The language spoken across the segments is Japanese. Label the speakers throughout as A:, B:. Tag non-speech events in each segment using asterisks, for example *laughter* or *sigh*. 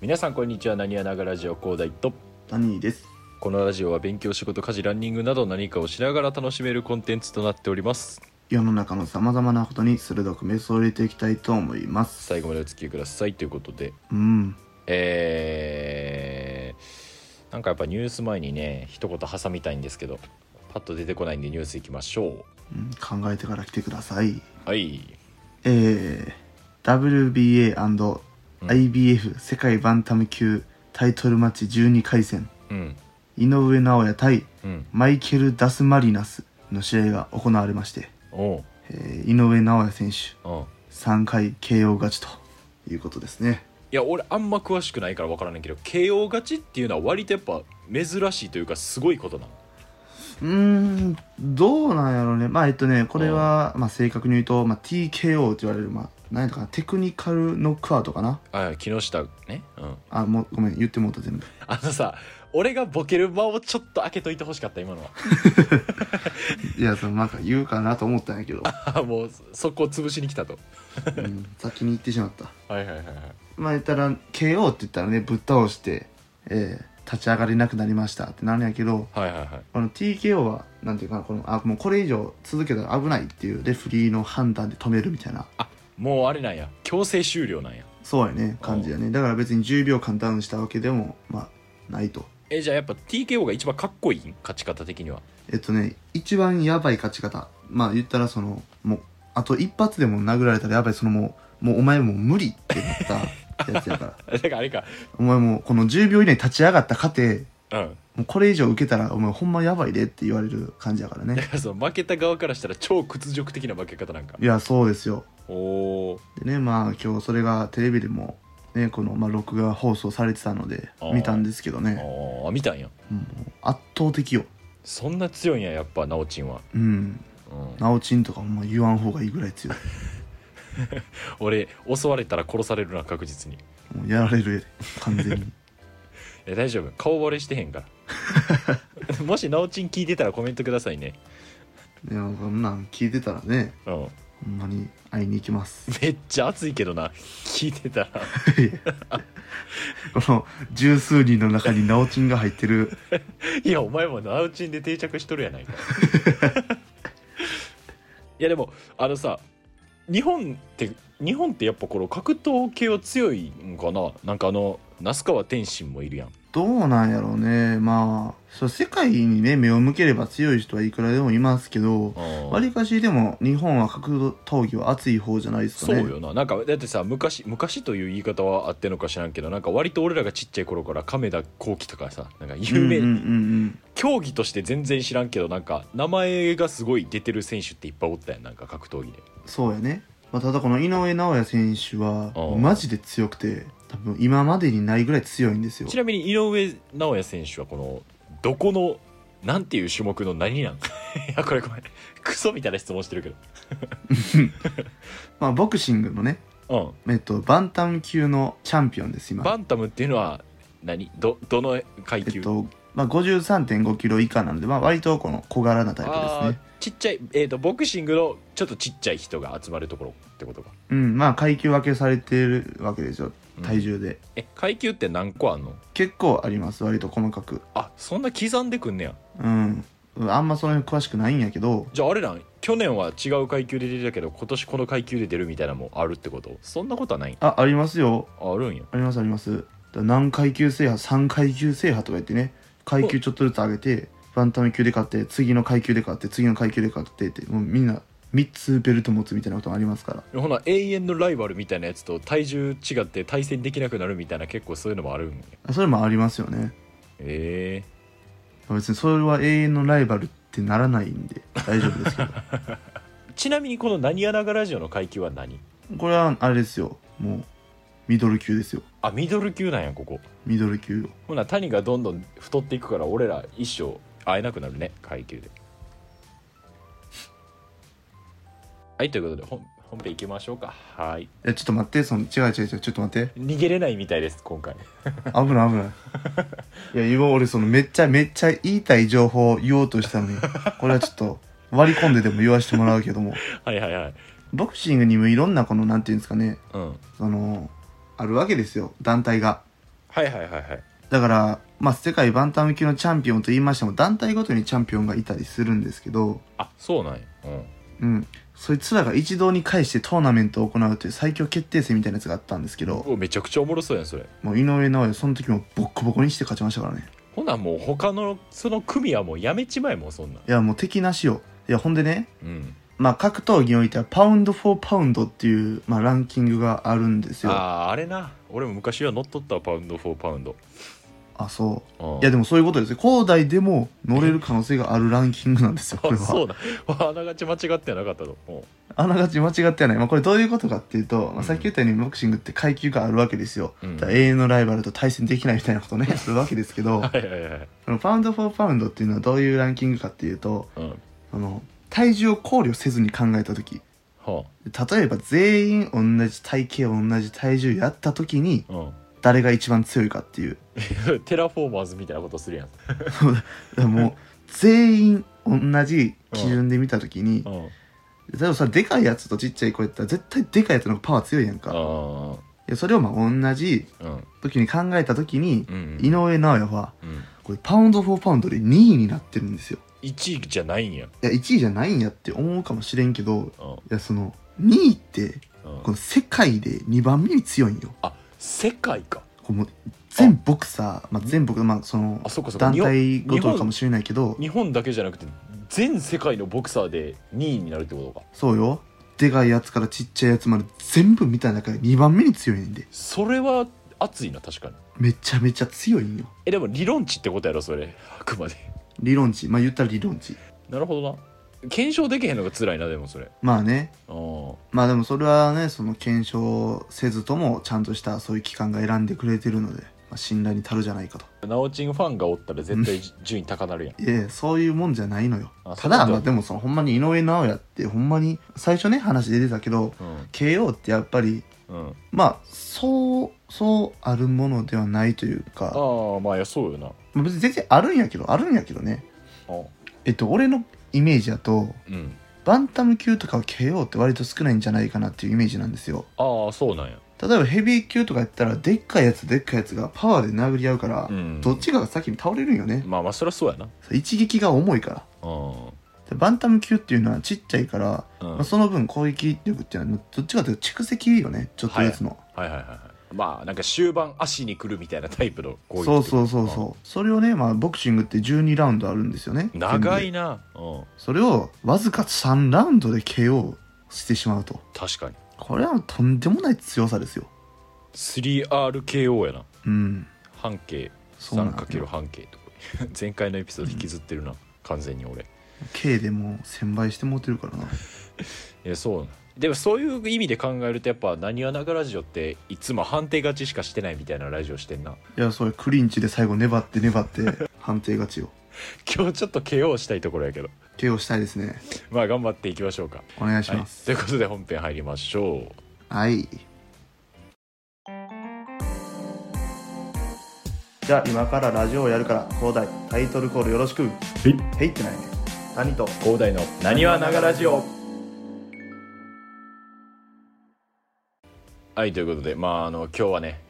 A: 皆さんこんにちはなにわながラジオ高大と
B: ダニーです。
A: このラジオは勉強仕事家事ランニングなど何かをしながら楽しめるコンテンツとなっております
B: 世の中のさまざまなことに鋭く目を入れていきたいと思います。
A: 最後までお付き合いくださいということで
B: うん。
A: えー、なんかやっぱニュース前にね一言挟みたいんですけどパッと出てこないんでニュースいきましょ
B: うん考えてから来てください。
A: うはい
B: えー、WBA&IBF、世界バンタム級タイトルマッチ12回戦、
A: うん
B: 井上尚弥対
A: うん
B: マイケル・ダスマリナスの試合が行われまして、
A: おう
B: えー井上尚弥選手、
A: うん
B: 3回 KO 勝ちということですね。
A: いや俺あんま詳しくないから分からないけど KO 勝ちっていうのは割とやっぱ珍しいというかすごいことなの
B: うーんどうなんやろうねまあえっとねこれは、まあ、正確に言うと、まあ、TKO って言われる、まあ、何やったかなテクニカルノックアウトかな
A: あ木下ねうん
B: あもうごめん言ってもうた全部
A: あのさ俺がボケる間をちょっと開けといてほしかった今のは
B: *laughs* いやそのなんか言うかなと思ったんやけど、
A: あ *laughs* もうそこを潰しに来たと
B: *laughs* うん、先に言ってしまった
A: はいはいはいはい
B: まあ言ったら KO って言ったらねぶっ倒して、えー立ち上がれなくなりましたってなるんやけど
A: はいはいはい
B: この TKO はなんていうかなこのあもうこれ以上続けたら危ないっていうレフェリーの判断で止めるみたいな
A: あもうあれなんや強制終了なんや
B: そうやね感じやねだから別に10秒間ダウンしたわけでもまあないと
A: えじゃあやっぱ TKO が一番かっこいいん勝ち方的には
B: えっとね、一番やばい勝ち方。まあ言ったらその、もう、あと一発でも殴られたらやばい、そのもう、もうお前もう無理ってなったやつやから。 *laughs*
A: だからあれか
B: お前もうこの10秒以内に立ち上がった過程、も
A: うん
B: うこれ以上受けたらお前ほんまやばいでって言われる感じやから
A: だ *laughs*
B: ね。
A: からその負けた側からしたら超屈辱的な負け方なんか
B: いや、そうですよ。
A: おお
B: でね、まあ今日それがテレビでも、ね、この、まあ録画放送されてたので
A: あー、
B: 見たんですけど
A: ー
B: ね。
A: あー見たんや
B: もう圧倒的よ。
A: そんな強いんややっぱなおちんは、
B: うん。
A: うん、
B: なおちんとかほんま言わん方がいいぐらい強い。
A: 俺襲われたら殺されるな確実に
B: もうやられるやで、完全に。
A: え大丈夫顔バレしてへんから *laughs* もしなおちん聞いてたらコメントくださいね
B: いやこんなん聞いてたらね
A: うん
B: ほんまに会いに行きま
A: *laughs*
B: す
A: めっちゃ熱いけどな聞いてたら
B: この十数人の中にナオチンが入ってる
A: いやお前もなおちんで定着しとるやないかいやでもあのさ日本って日本ってやっぱこの格闘系は強いんかななんかあの那須川天心もいるやん
B: どうなんやろうねまあそう世界にね目を向ければ強い人はいくらでもいますけどわりかしでも日本は格闘技は熱い方じゃないです
A: そ
B: かね
A: うよななんかだってさ昔昔という言い方はあってんのか知らんけどなんか割と俺らがちっちゃい頃から亀田光輝とかさなんか有名、
B: うんうんうん
A: 競技として全然知らんけどなんか名前がすごい出てる選手っていっぱいおったやんなんか格闘技で
B: うんそうやね、まあ、ただこの井上尚弥選手は
A: うん
B: マジで強くて多分今までにないぐらい強いんですよ
A: ちなみに井上尚弥選手はこのどこのなんていう種目の何なん *laughs* いやこれごめんクソみたいな質問してるけ
B: まあボクシングのね
A: ど
B: えっとバンタム級のチャンピオンです
A: うん
B: 今
A: バンタムっていうのは何どどの階級、
B: えっと、まあ、53.5キロ以下なので、まあ、割とこの小柄なタイプ
A: あ
B: で
A: ー
B: すね。
A: ちっちゃい、えー、とボクシングのちょっとちっちゃい人が集まるところってことか
B: うん、まあ、階級分けされてるわけですよ
A: う。ん
B: 体重で。
A: え階級って何個あんの
B: 結構あります、割と細かく。
A: あそんな刻んでくんねや
B: うん。あんまその辺詳しくないんやけど、
A: じゃああれなん去年は違う階級で出てたけど今年この階級で出るみたいなのもあるってことそんなことはない
B: あ、ありますよ。
A: ああるんや
B: あります、あります。だ何階級制覇、3階級制覇とか言ってね、階級ちょっとずつ上げて、バンタム級で勝って、次の階級で勝って、次の階級で勝ってって、もうみんな3つベルト持つみたいなこともありますから。
A: ほな永遠のライバルみたいなやつと体重違って対戦できなくなるみたいな結構そういうのもあるんや
B: それもありますよね。
A: え
B: まあ別にそれは永遠のライバルってならないんで大丈夫ですけど
A: えちなみにこの「何やながラジオ」の階級は何
B: これはあれですよもうミドル級ですよ
A: あミドル級なんやここ
B: ミドル級よ
A: ほな谷がどんどん太っていくから俺ら一生会えなくなるね階級で *laughs* はいということで本本編行きましょうかはい
B: えちょっと待ってその違う違う違うちょっと待って
A: 逃げれないみたいです今 *laughs* 回
B: 危ない危ないいや今俺そのめっちゃめっちゃ言いたい情報を言おうとしたのにこれはちょっと割り込んででも言わせてもらうけども
A: はいはいはい
B: ボクシングにもいろんなこのなんていうんですかね
A: うん
B: そのあるわけですよ団体が
A: はいはいはいはい
B: だから、まあ、世界バンタム級のチャンピオンと言いましても団体ごとにチャンピオンがいたりするんですけど、
A: あそうなんやうん
B: うん、そいつらが一堂に会してトーナメントを行うという最強決定戦みたいなやつがあったんですけど
A: うわめちゃくちゃおもろそうやんそれ
B: もう井上尚弥その時もボッコボコにして勝ちましたからね
A: ほなもう他のその組はもうやめちまえもうそんなん
B: いやもう敵なしよいやほんでね
A: うん
B: まあ格闘技においてはパウンド・フォー・パウンドっていう、まあ、ランキングがあるんです
A: あ
B: よ
A: あーあれな俺も昔は乗っとったわパウンドフォーパウンド
B: あそう
A: うん
B: いやでもそういうことですよ高台でも乗れる可能性があるランキングなんですよこれ
A: あ *laughs* そ
B: は
A: うだあながち間違ってなかったのうん
B: あながち間違ってはない、まあ、これどういうことかっていうと、ま
A: う
B: あ、
A: ん
B: さっき言ったようにボクシングって階級があるわけですよ、
A: うん
B: だから永遠のライバルと対戦できないみたいなこ
A: *laughs*
B: とねするわけですけど
A: はいはいはい
B: そのパウンド・フォー・パウンドっていうのはどういうランキングかっていうと
A: うん
B: あの体重を考慮せずに考えた時
A: は
B: 例えば全員同じ体型同じ体重やった時に
A: あうん
B: 誰が一番強いかっていう
A: テラフォーマーズみたいなことするやん。
B: だからもう全員同じ基準で見た時に、
A: うん。
B: 例えばさでかいやつとちっちゃい子やったら絶対でかいやつの方がパワー強いやんか、い
A: あ
B: やそれをまあ同じ
A: あ。うん。
B: 時に考えた時に
A: う、ん。
B: 井上尚弥は
A: うん。
B: これパウンド・フォー・パウンドで2位になってるんですよ
A: 1位じゃないんや。
B: いや1位じゃないんやって思うかもしれんけど
A: うん。
B: いやその2位って
A: うん
B: この世界で2番目に強いんよ
A: あ、世界か。
B: こうもう全ボクサー、まあ、全ボクまあその
A: あ、そっかそっか。
B: 団
A: 日本
B: 体ごとかもしれないけど
A: 日本だけじゃなくて、全世界のボクサーで2位になるってことか。
B: そうよでかいやつからちっちゃいやつまで全部見た中で2番目に強いねんで
A: それは熱いな、確かに。
B: めちゃめちゃ強いんよ
A: え、でも理論値ってことやろ、それ。あくまで。
B: 理論値まあ言ったら理論値
A: なるほどな。検証できへんのが辛いな、でもそれ。
B: まあね
A: うん。
B: まあでもそれはねその検証せずともちゃんとしたそういう機関が選んでくれてるので、まあ、信頼に足るじゃないかと
A: ナオチンファンがおったら絶対順位高なるやん。
B: いやいやそういうもんじゃないのよ
A: あ
B: た
A: そうな
B: だ
A: んだ
B: まあでもそのほんまに井上尚弥ってほんまに最初ね話出てたけど
A: う
B: KO ってやっぱり
A: ん。うん。
B: まあそうそうあるものではないというか
A: ああ、まあ、いや、そうよな。
B: まあ別に全然あるんやけどあるんやけどね
A: あ
B: えっと俺のイメージだと
A: うん。
B: バンタム級とかは KO って割と少ないんじゃないかなっていうイメージなんですよ
A: ああ、そうなんや。
B: 例えばヘビー級とかやったらでっかいやつでっかいやつがパワーで殴り合うから、
A: うん。
B: どっちかが先に倒れるんよね、
A: まあまあそりゃそうやな
B: 一撃が重いから
A: う
B: でバンタム級っていうのはちっちゃいから、
A: ん、うん、
B: まあ、
A: はい
B: その分攻撃力っていうのはどっちかというと蓄積よねちょっとずつの、
A: はいはいはいまあなんか終盤足にくるみたいなタイプの攻撃
B: そうそうそうそうそれをね、まあ、ボクシングって12ラウンドあるんですよね
A: 長
B: 全部で
A: いな、うん、
B: それをわずか3ラウンドで KO してしまうと
A: 確かに
B: これはとんでもない強さですよ
A: 3RKO やな
B: うん
A: 半径
B: そうなんだ
A: 3× 半径とか *laughs* 前回のエピソード引きずってるな、完全に俺
B: K でもう1000倍してもうてるからな
A: えそうなでもそういう意味で考えるとやっぱなにわながラジオっていつも判定勝ちしかしてないみたいなラジオしてんない *laughs*
B: やそれクリンチで最後粘って粘って判定勝ちを
A: 今日ちょっと KO したいところやけど
B: KO したいですね
A: まあ頑張っていきましょうか
B: お願いし
A: はい
B: ます、
A: という *laughs* ことで本編入りましょう
B: はいじゃあ今からラジオをやるから広大タイトルコールよろしくへ
A: い
B: いってないね谷と
A: 広大のなにわながラジオはいということでまああの今日はね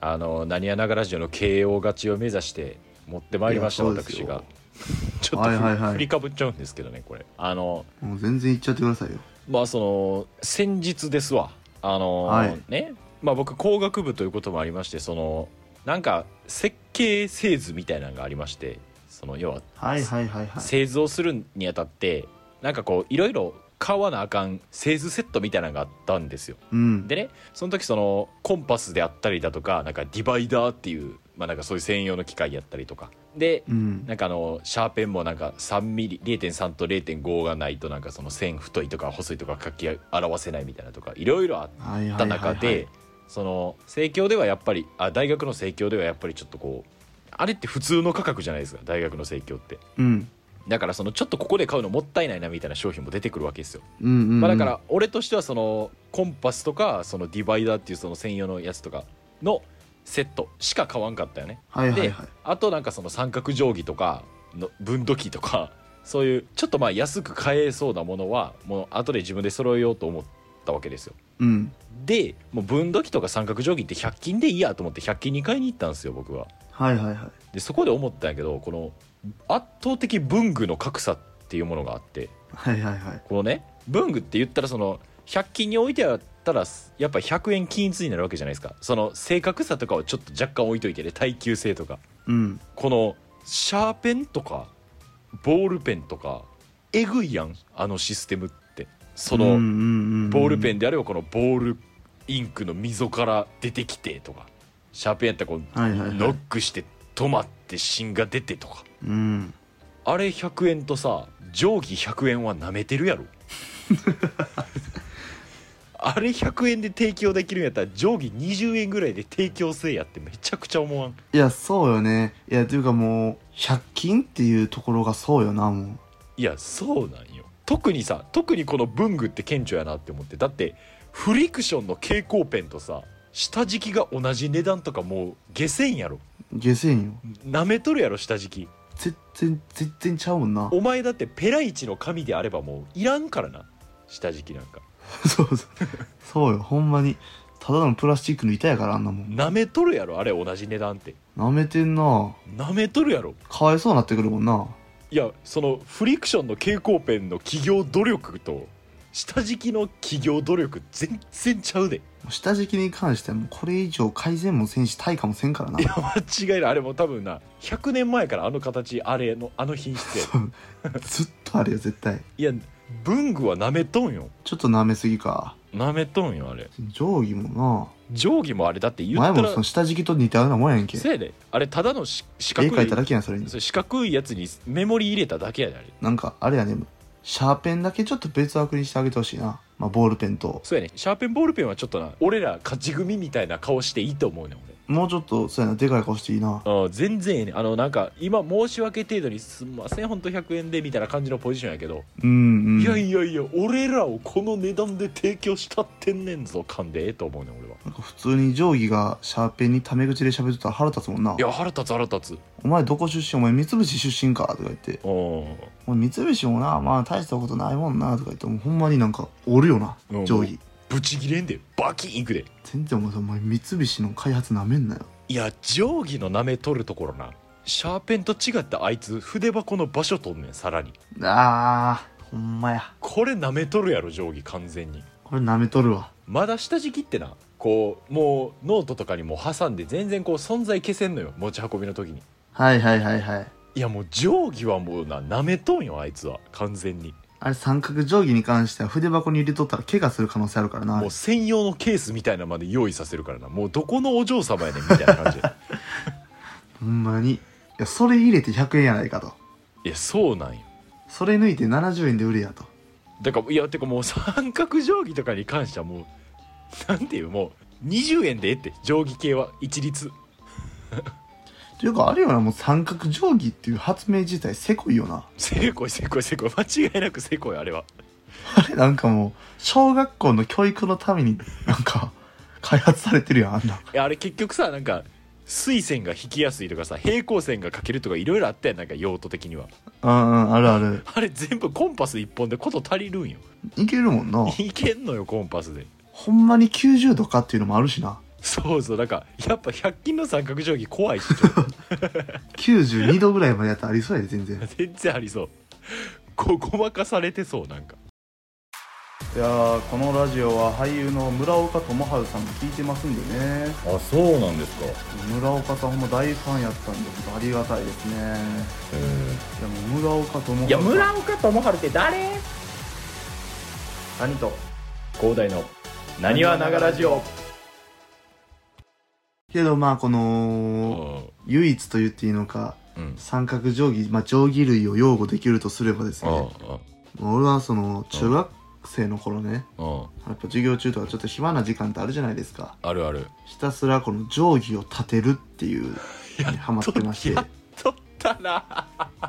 A: あのなにわながラジオの慶応勝ちを目指して持ってまいりました
B: いやそうです
A: 私
B: よ
A: が *laughs* ちょっと
B: は
A: ふ
B: いはいはい
A: 振りかぶっちゃうんですけどねこれあの
B: もう全然言っちゃってくださいよ
A: まあその先日ですわあの、
B: はい
A: ねまあ僕工学部ということもありましてそのなんか設計製図みたいなのがありましてその要は
B: はいはいはいはい
A: 製図をするにあたってなんかこういろいろ買わなあかん製図セットみたいなのがあったんですよ
B: うん
A: でねその時そのコンパスであったりだとかなんかディバイダーっていう、まあ、なんかそういう専用の機械やったりとかで
B: うん
A: なんかあのシャーペンもなんか3ミリ0.3と0.5がないとなんかその線太いとか細いとか書き表せないみたいなとかいろいろあっ
B: はい
A: っ
B: は
A: た
B: いはい
A: 中
B: は
A: で、
B: い
A: その生協ではやっぱりあ大学の生協ではやっぱりちょっとこうあれって普通の価格じゃないですか大学の生協って
B: うん
A: だからそのちょっとここで買うのもったいないなみたいな商品も出てくるわけですよ、
B: うんうんうん
A: まあ、だから俺としてはそのコンパスとかそのディバイダーっていうその専用のやつとかのセットしか買わんかったよね
B: はいはい
A: で
B: はい
A: あとなんかその三角定規とかの分度器とかそういうちょっとまあ安く買えそうなものはもう後で自分で揃えようと思っったわけですよ
B: うん
A: でもう分度器とか三角定規って100均でいいやと思って100均に買いに行ったんですよ僕は
B: はいはいはい
A: でそこで思ったんやけどこの圧倒的文具の格差っていうものがあって
B: はいはいはい
A: このね文具って言ったらその100均に置いてあったらやっぱ100円均一になるわけじゃないですかその正確さとかはちょっと若干置いといてね耐久性とか
B: うん
A: このシャーペンとかボールペンとかえぐいやんあのシステムってその、ボ
B: ー
A: ールペン
B: ン
A: であればこのボールインクの溝から出てきてとかシャーペンやったらこう
B: はいはいはい
A: ノックして止まって芯が出てとか
B: うん
A: あれ100円とさ定規100円はなめてるやろあれ100円で提供できるんやったら定規20円ぐらいで提供せえやってめちゃくちゃ思わん
B: いやそうよねいやというかもう100均っていうところがそうよなも
A: いやそうなんよ特にさ特にこの文具って顕著やなって思ってだってフリクションの蛍光ペンとさ下敷きが同じ値段とかもう下銭やろ
B: う下せんよ
A: なめとるやろ下敷き
B: 全然全然ちゃうもんな
A: お前だってペライチの紙であればもういらんからな下敷きなんか
B: *laughs* そうそうそうよほんまにただのプラスチックの板やからあんなもん
A: なめとるやろあれ同じ値段って
B: なめてんな
A: なめとるやろ
B: かわいそうになってくるもんない
A: やそのフリクションの蛍光ペンの企業努力と下敷きの企業努力全然ちゃうで
B: 下敷きに関してはもうこれ以上改善もせんし対価もせんからない
A: や間違いないあれもう多分な100年前からあの形あれのあの品質
B: *laughs*
A: や
B: そうずっとあれよ絶対
A: いや文具はなめとんよ
B: ちょっと舐めすぎか
A: なめとんよあれ
B: 定規も
A: 定規もあれだって言
B: な前
A: った
B: もそ
A: ら
B: の下敷きと似たようなもんやんけ絵
A: せやであれただのし四角い
B: 描いただけやんそれに
A: そう四角いやつにメモリ入れただけやであれ
B: なんかあれやねシャーペンだけちょっと別枠にしてあげてほしいな、まあ、ボールペンと
A: そうやねシャーペンボールペンはちょっとな俺ら勝ち組みたいな顔していいと思うねん俺
B: もうちょっとそうやなでかい顔していいな
A: あ全然ええねんあのなんか今申し訳程度にすんませんほんと100円でみたいな感じのポジションやけど、
B: うんうん
A: いやいやいや俺らをこの値段で提供したってんねんぞ感でええと思うねん俺は
B: なんか普通に定規がシャーペンにタメ口で喋ってたら腹立つもんない
A: や腹立つ腹立つ
B: お前どこ出身お前三菱出身かとか言って
A: うん
B: お前三菱もなまあ大したことないもんなとか言ってもうほんまになんかおるよな
A: うん
B: 定規
A: ブチギレんでバキンいくで
B: 全然お前さお前三菱の開発なめんなよ
A: いや定規の舐めとるところなシャーペンと違ってあいつ筆箱の場所とんねんさらに
B: あーほんまや
A: これ舐めとるやろ定規完全に
B: これ舐めとるわ
A: まだ下敷きってなこうもうノートとかにも挟んで全然こう存在消せんのよ持ち運びの時に
B: はいはいはいはい
A: いやもう定規はもうな舐めとんよあいつは完全に
B: あれ三角定規に関しては筆箱に入れとったら怪我する可能性あるからなあ
A: も
B: れ
A: う専用のケースみたいなまで用意させるからなもうどこのお嬢様やねんみたいな感じ
B: ほんまにいやそれ入れて100円やないかと
A: *laughs* いやそうなんよ
B: それ抜いて70円で売れやと
A: だからいやてかもう三角定規とかに関してはもうなんていうもう20円でええって定規系は一律
B: というかあれよなもう三角定規っていう発明自体せこいよな
A: せこいせこいせこい間違いなくせこいあれは
B: あれ *laughs* なんかもう小学校の教育のためになんか開発されてるやんあんない
A: やあれ結局さなんか水線が引きやすいとかさ平行線が書けるとかいろいろあったやんなんか用途的には
B: うんうんあるある
A: あれ全部コンパス一本でこと足りるんよ
B: いけるもんない
A: けんのよコンパスで
B: ほんまに90度かっていうのもあるしな
A: そうそうだからやっぱ100均の三角定規怖いしちょっと
B: 92度ぐらいまでやったらありそうやで全然
A: *laughs* 全然ありそうこごまかされてそうなんか
B: いやーこのラジオは俳優の村岡智春さんも聞いてますんでね
A: あそうなんですかへ
B: 村岡さんほんま大ファンやったんで本当ありがたいですねいやもう村岡智春
A: いや村岡智春って誰
B: 何と
A: 広大のなにわながラジオ
B: けどまあこ
A: う
B: の
A: ん
B: 唯一と言っていいのか
A: うん
B: 三角定規まあ定規類を擁護できるとすればですね俺はその中学生の頃ね
A: うん
B: やっぱ授業中とかちょっと暇な時間ってあるじゃないですか
A: あるある
B: ひたすらこの定規を立てるっていうのにハマってまして
A: やっとったなや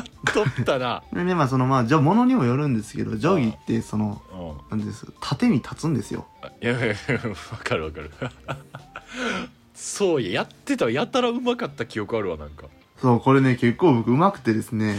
A: っとったな、
B: でねまあそのまあじゃあものにもよるんですけど定規ってその
A: うん、い
B: なんです縦に立つんですよ
A: やいやいや分かる分かるそうややってたわやたらうまかった記憶あるわなんか
B: そうこれね結構僕うまくてですね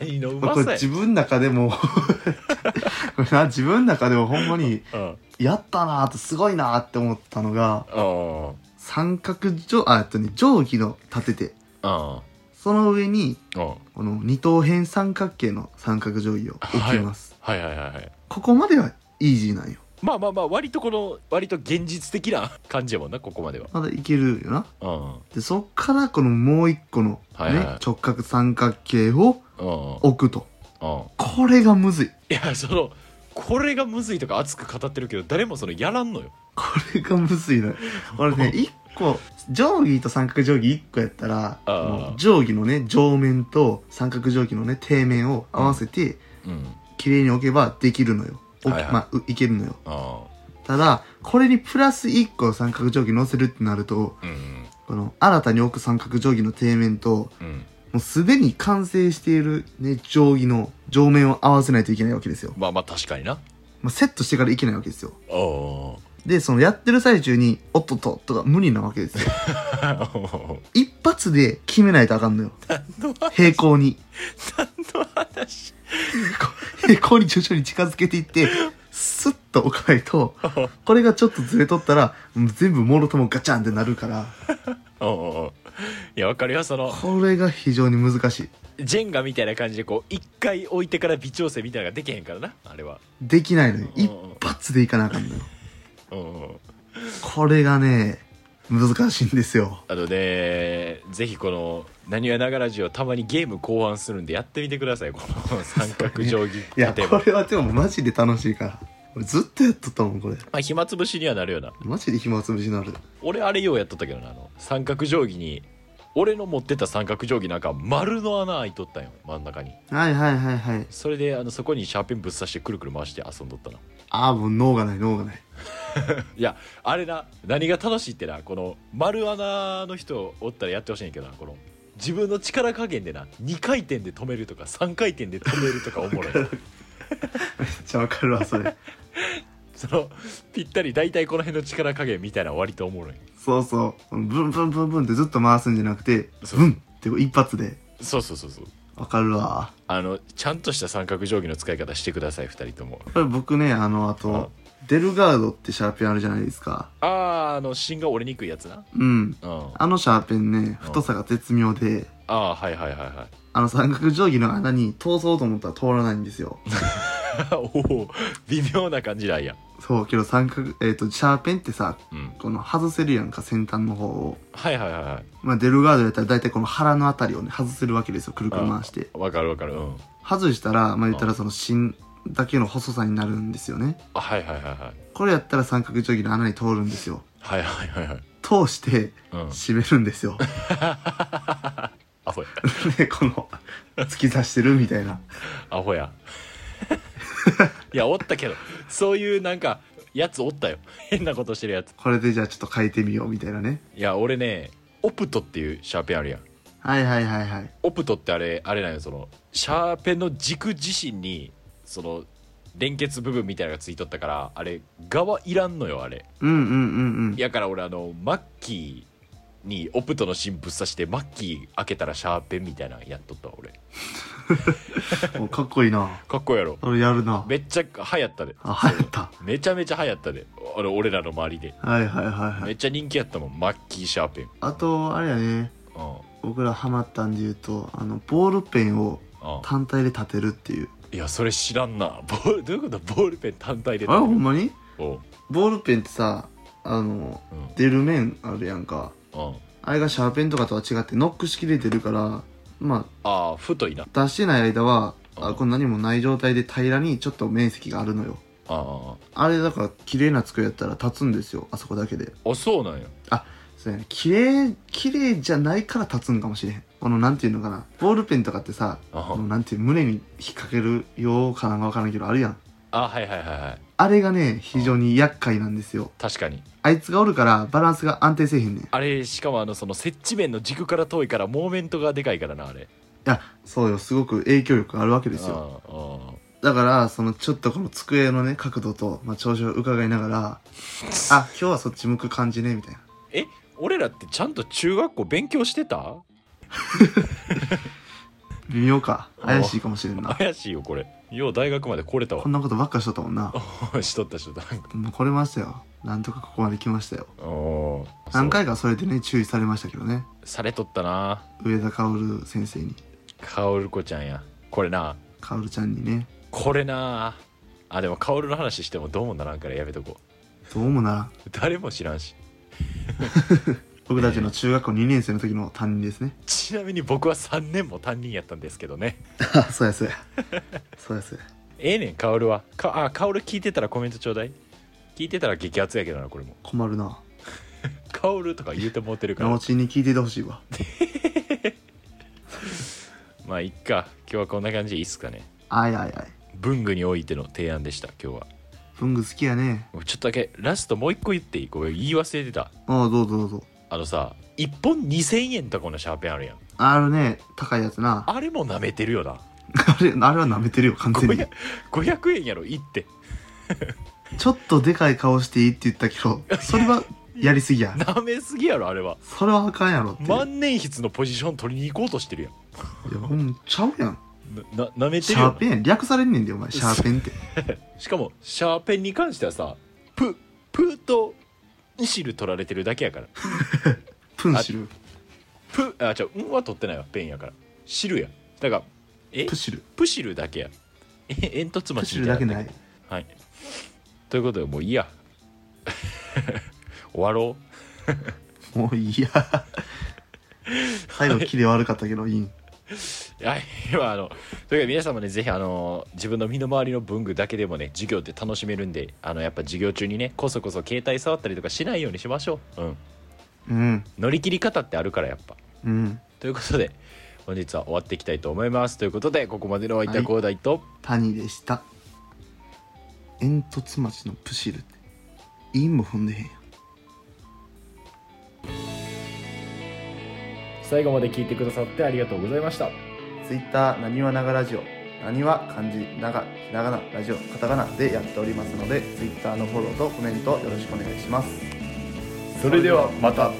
A: 何のう
B: ま
A: ま
B: あこれ
A: さや
B: 自分の中でも *laughs* これな自分の中でもほんまに
A: うん
B: やったなーってすごいなーって思ったのが
A: うん
B: 三角定あえっとね定規の立てて
A: うん
B: その上に
A: うん
B: この二等辺三角形の三角定規を置きます、
A: はいはいはいはい
B: ここまではイージーなんよ
A: まあまあまあ割とこの割と現実的な感じやもんなここまでは
B: まだいけるよな
A: う
B: でそっからこのもう一個の、ね
A: はいはい
B: 直角三角形を
A: んうんうん
B: 置くとこれがむずい
A: いやそのこれがむずいとか熱く語ってるけど誰もそのやらんのよ
B: これがむずいのよ
A: *laughs*
B: 俺ね一個定規と三角定規一個やったら
A: あー
B: この定規のね上面と三角定規のね底面を合わせて
A: うん
B: 綺麗に置けばできるのよ、お
A: はいはい
B: まあういけるのよ
A: あ
B: ただこれにプラス一個三角定規乗せるってなると
A: あうん
B: この新たに置く三角定規の底面と
A: うん
B: もうすでに完成している、ね、定規の上面を合わせないといけないわけですよ。
A: まあまあ確かにな
B: まあ、セットしてからいけないわけですよ。
A: おう
B: で、そのやってる最中に、おっとっととか無理なわけです
A: *laughs*
B: よ。一発で決めないとあかんのよ。
A: の
B: 平行に。
A: の話
B: 平行に徐々に近づけていって、スッと置かないと、これがちょっとずれとったら、もう全部もろともガチャンってなるから、
A: *laughs* おうおういやわかるよその
B: これが非常に難しい。
A: ジェンガみたいな感じでこう一回置いてから微調整みたいなのができへんからなあれは
B: できないのよ。
A: うん
B: 一発でいかなあかんのよ。
A: うん
B: これがね、難しいんですよ。
A: あとねぜひこの「なにわながらじ」をたまにゲーム考案するんでやってみてくださいこ
B: *laughs*
A: の三角定規
B: いや、
A: 例えば
B: これはでもマジで楽しいから。俺ずっとやっとったもん、これ。
A: まあ暇つぶしにはなるよな
B: マジで暇つぶしになる。
A: 俺あれようやっとったけどなあの三角定規に俺の持ってた三角定規なんか丸の穴開いとったんよ真ん中に
B: はいはいはいはい。
A: それであのそこにシャーペンぶっ刺してくるくる回して遊んどった
B: *laughs*
A: な
B: ああ、もう脳がない、脳がない。
A: いやあれな何が楽しいってなこの丸穴の人おったらやってほしいんやけどなこの自分の力加減でな2回転で止めるとか3回転で止めるとかおもろい
B: めっちゃわかるわ、
A: *laughs*
B: それ。
A: そのぴったり大体この辺の力加減みたいなの割とおもろい
B: そうそう。ブンブンブンブンってずっと回すんじゃなくて、
A: そう
B: ブンって一発で。
A: そうそうそうそう
B: わかるわ。
A: あのちゃんとした三角定規の使い方してください2人とも
B: これ僕ね、あの、あと、デルガードってシャーペンあるじゃないですか。
A: あああの芯が折れにくいやつな
B: うん。
A: うんあ
B: あのシャーペンね、太さが絶妙で、
A: あーはいはいはいはい
B: あの三角定規の穴に通そうと思ったら通らないんですよ。
A: *laughs* おお微妙な感じなんや
B: そう、けど三角、えっ、と、シャーペンってさ、
A: うん
B: この外せるやんか、先端の方を。
A: はいはいはいは
B: まあ、デルガードやったら大体この腹のあたりをね、外せるわけですよ、くるくる回して。
A: いわかるわかるうん
B: 外したら、まあ、言ったらその芯だけの細さになるんですよね。
A: あはいはいはいはい
B: これやったら三角定規の穴に通るんですよ。
A: はいはいはいはい
B: 通して、
A: うん
B: 締めるんですよ。 *laughs*
A: アホや
B: ね、この、突き刺してるみたいな。
A: *laughs* アホや *laughs* いやおったけどそういうなんかやつおったよ変なことしてるやつ
B: これでじゃあちょっと変えてみようみたいなね。
A: いや俺ねオプトっていうシャーペンあるやん
B: はいはいはいはい。
A: オプトってあれあれなんよそのシャーペンの軸自身にその連結部分みたいなのがついとったからあれ側いらんのよあれ
B: うんうんうんうん。
A: やから俺あのマッキーにオプトの芯ぶっ刺してマッキー開けたらシャーペンみたいなのやっとったわ俺
B: おかっこいいな。
A: かっこいいやろ
B: それやるな。
A: めっちゃ流行ったで
B: あ、はやった。
A: めちゃめちゃ流行ったであの俺らの周りで
B: はいはいはいは
A: めっ
B: い。
A: ちゃ人気やったもんマッキーシャーペン
B: あと、あれやね。
A: うんうん
B: 僕らハマったんで言うとあのボールペンを単体で立てるっていう
A: いやそれ知らんなボールどういうことボールペン単体で
B: あれほんまに
A: おう
B: ボールペンってさあの
A: うん
B: 出る面あるやんか
A: うん
B: あれがシャーペンとかとは違ってノック式で出るからま
A: ああ太いな
B: あ出してない間は
A: う
B: あ
A: ん
B: これ何もない状態で平らにちょっと面積があるのよ
A: あ
B: あれだから綺麗な机やったら立つんですよあそこだけで
A: ああそうなんや
B: そうやね綺麗綺麗じゃないから立つんかもしれんこのなんていうのかなボールペンとかってさ
A: あ
B: このなんていう胸に引っ掛けるようかなんかわからんけどあるやん
A: あはいはいはいはい
B: あれがね、非常に厄介なんですよ。
A: 確かに
B: あいつがおるからバランスが安定せえへんねん。い
A: あれしかもあのその接地面の軸から遠いからモーメントがでかいからなあれ
B: や、そうよ、すごく影響力があるわけですよ。
A: ああ
B: だから、そのちょっとこの机のね、角度と、まあ、調子を伺いな *laughs* がら、あ、今日はそっち向く感じね、みたいな。
A: え俺らってちゃんと中学校勉強してた
B: 微妙か。怪しいかもしれんな。
A: 怪しいよこれよう大学まで来れたわ *laughs*
B: こんなことばっかしとったもんな
A: しとったしとった
B: もう来れましたよなんとかここまで来ましたよ
A: おー
B: 何回かそれでね注意されましたけどね
A: そうされとったな
B: 上田薫先生に
A: カオル子ちゃんやこれな
B: 薫ちゃんにね
A: これなあでもカオルの話してもどうもならんからやめとこう
B: どうもならん
A: 誰も知らんし
B: 僕たちの中学校2年生の時の担任ですね
A: ちなみに僕は3年も担任やったんですけどね
B: *laughs* あそうや *laughs* そうやそうやそうや
A: ええねんカオルはかあカオル聞いてたらコメントちょうだい聞いてたら激アツやけどなこれも
B: 困るな
A: カオルとか言うてもうてるから
B: 直ちに聞いててほしいわ
A: まあいっか今日はこんな感じでいいっすかね
B: あいあいあい
A: 文具においての提案でした今日は
B: 文具好きやね
A: ちょっとだけラストもう一個言っていいこれ言い忘れてた
B: ああどうぞどうぞ
A: あのさ1本2000円とかのシャーペンあるやん
B: あるね高いやつなあ
A: あれも舐めてるよな
B: れあれは舐めてるよ完全に
A: 500 500円やろいって
B: ちょっとでかい顔していいって言ったけ *laughs* どそれはやりすぎや
A: 舐めすぎやろあれは
B: それはあかんやろっていう、
A: 万年筆のポジション取りに行こうとしてるや
B: いやほんまちゃうやん
A: んなな舐めて
B: シ
A: る
B: ャー
A: よ
B: ペン略されんねんでお前シャーペンって
A: なしかもシャーペンに関してはさププとンシル取られてるだけやから
B: プンシル
A: プあじゃうんは取ってないわペンやからシルやだからえ
B: プシル
A: プシルだけやえ煙突
B: プ
A: 町
B: シ
A: み
B: ル
A: たい
B: だけない
A: はいということでもういいや *laughs* 終わろう
B: もうい *laughs* いや最後キレ悪かったけどいいん
A: はい、ではあのというか皆様ねぜひあの自分の身の回りの文具だけでもね授業って楽しめるんであのやっぱ授業中にねこそこそ携帯触ったりとかしないようにしましょう、うん、
B: うん
A: 乗り切り方ってあるからやっぱ
B: うん
A: ということで本日は終わっていきたいと思いますということでここまでのお相手は高大と、
B: 谷でした煙突町のプシルってインも踏んでへんやん
A: 最後まで聞いてくださってありがとうございました
B: ツイッターなにわながラジオなにわ漢字ながひらがなラジオカタカナでやっておりますのでツイッターのフォローとコメントよろしくお願いします
A: それではまた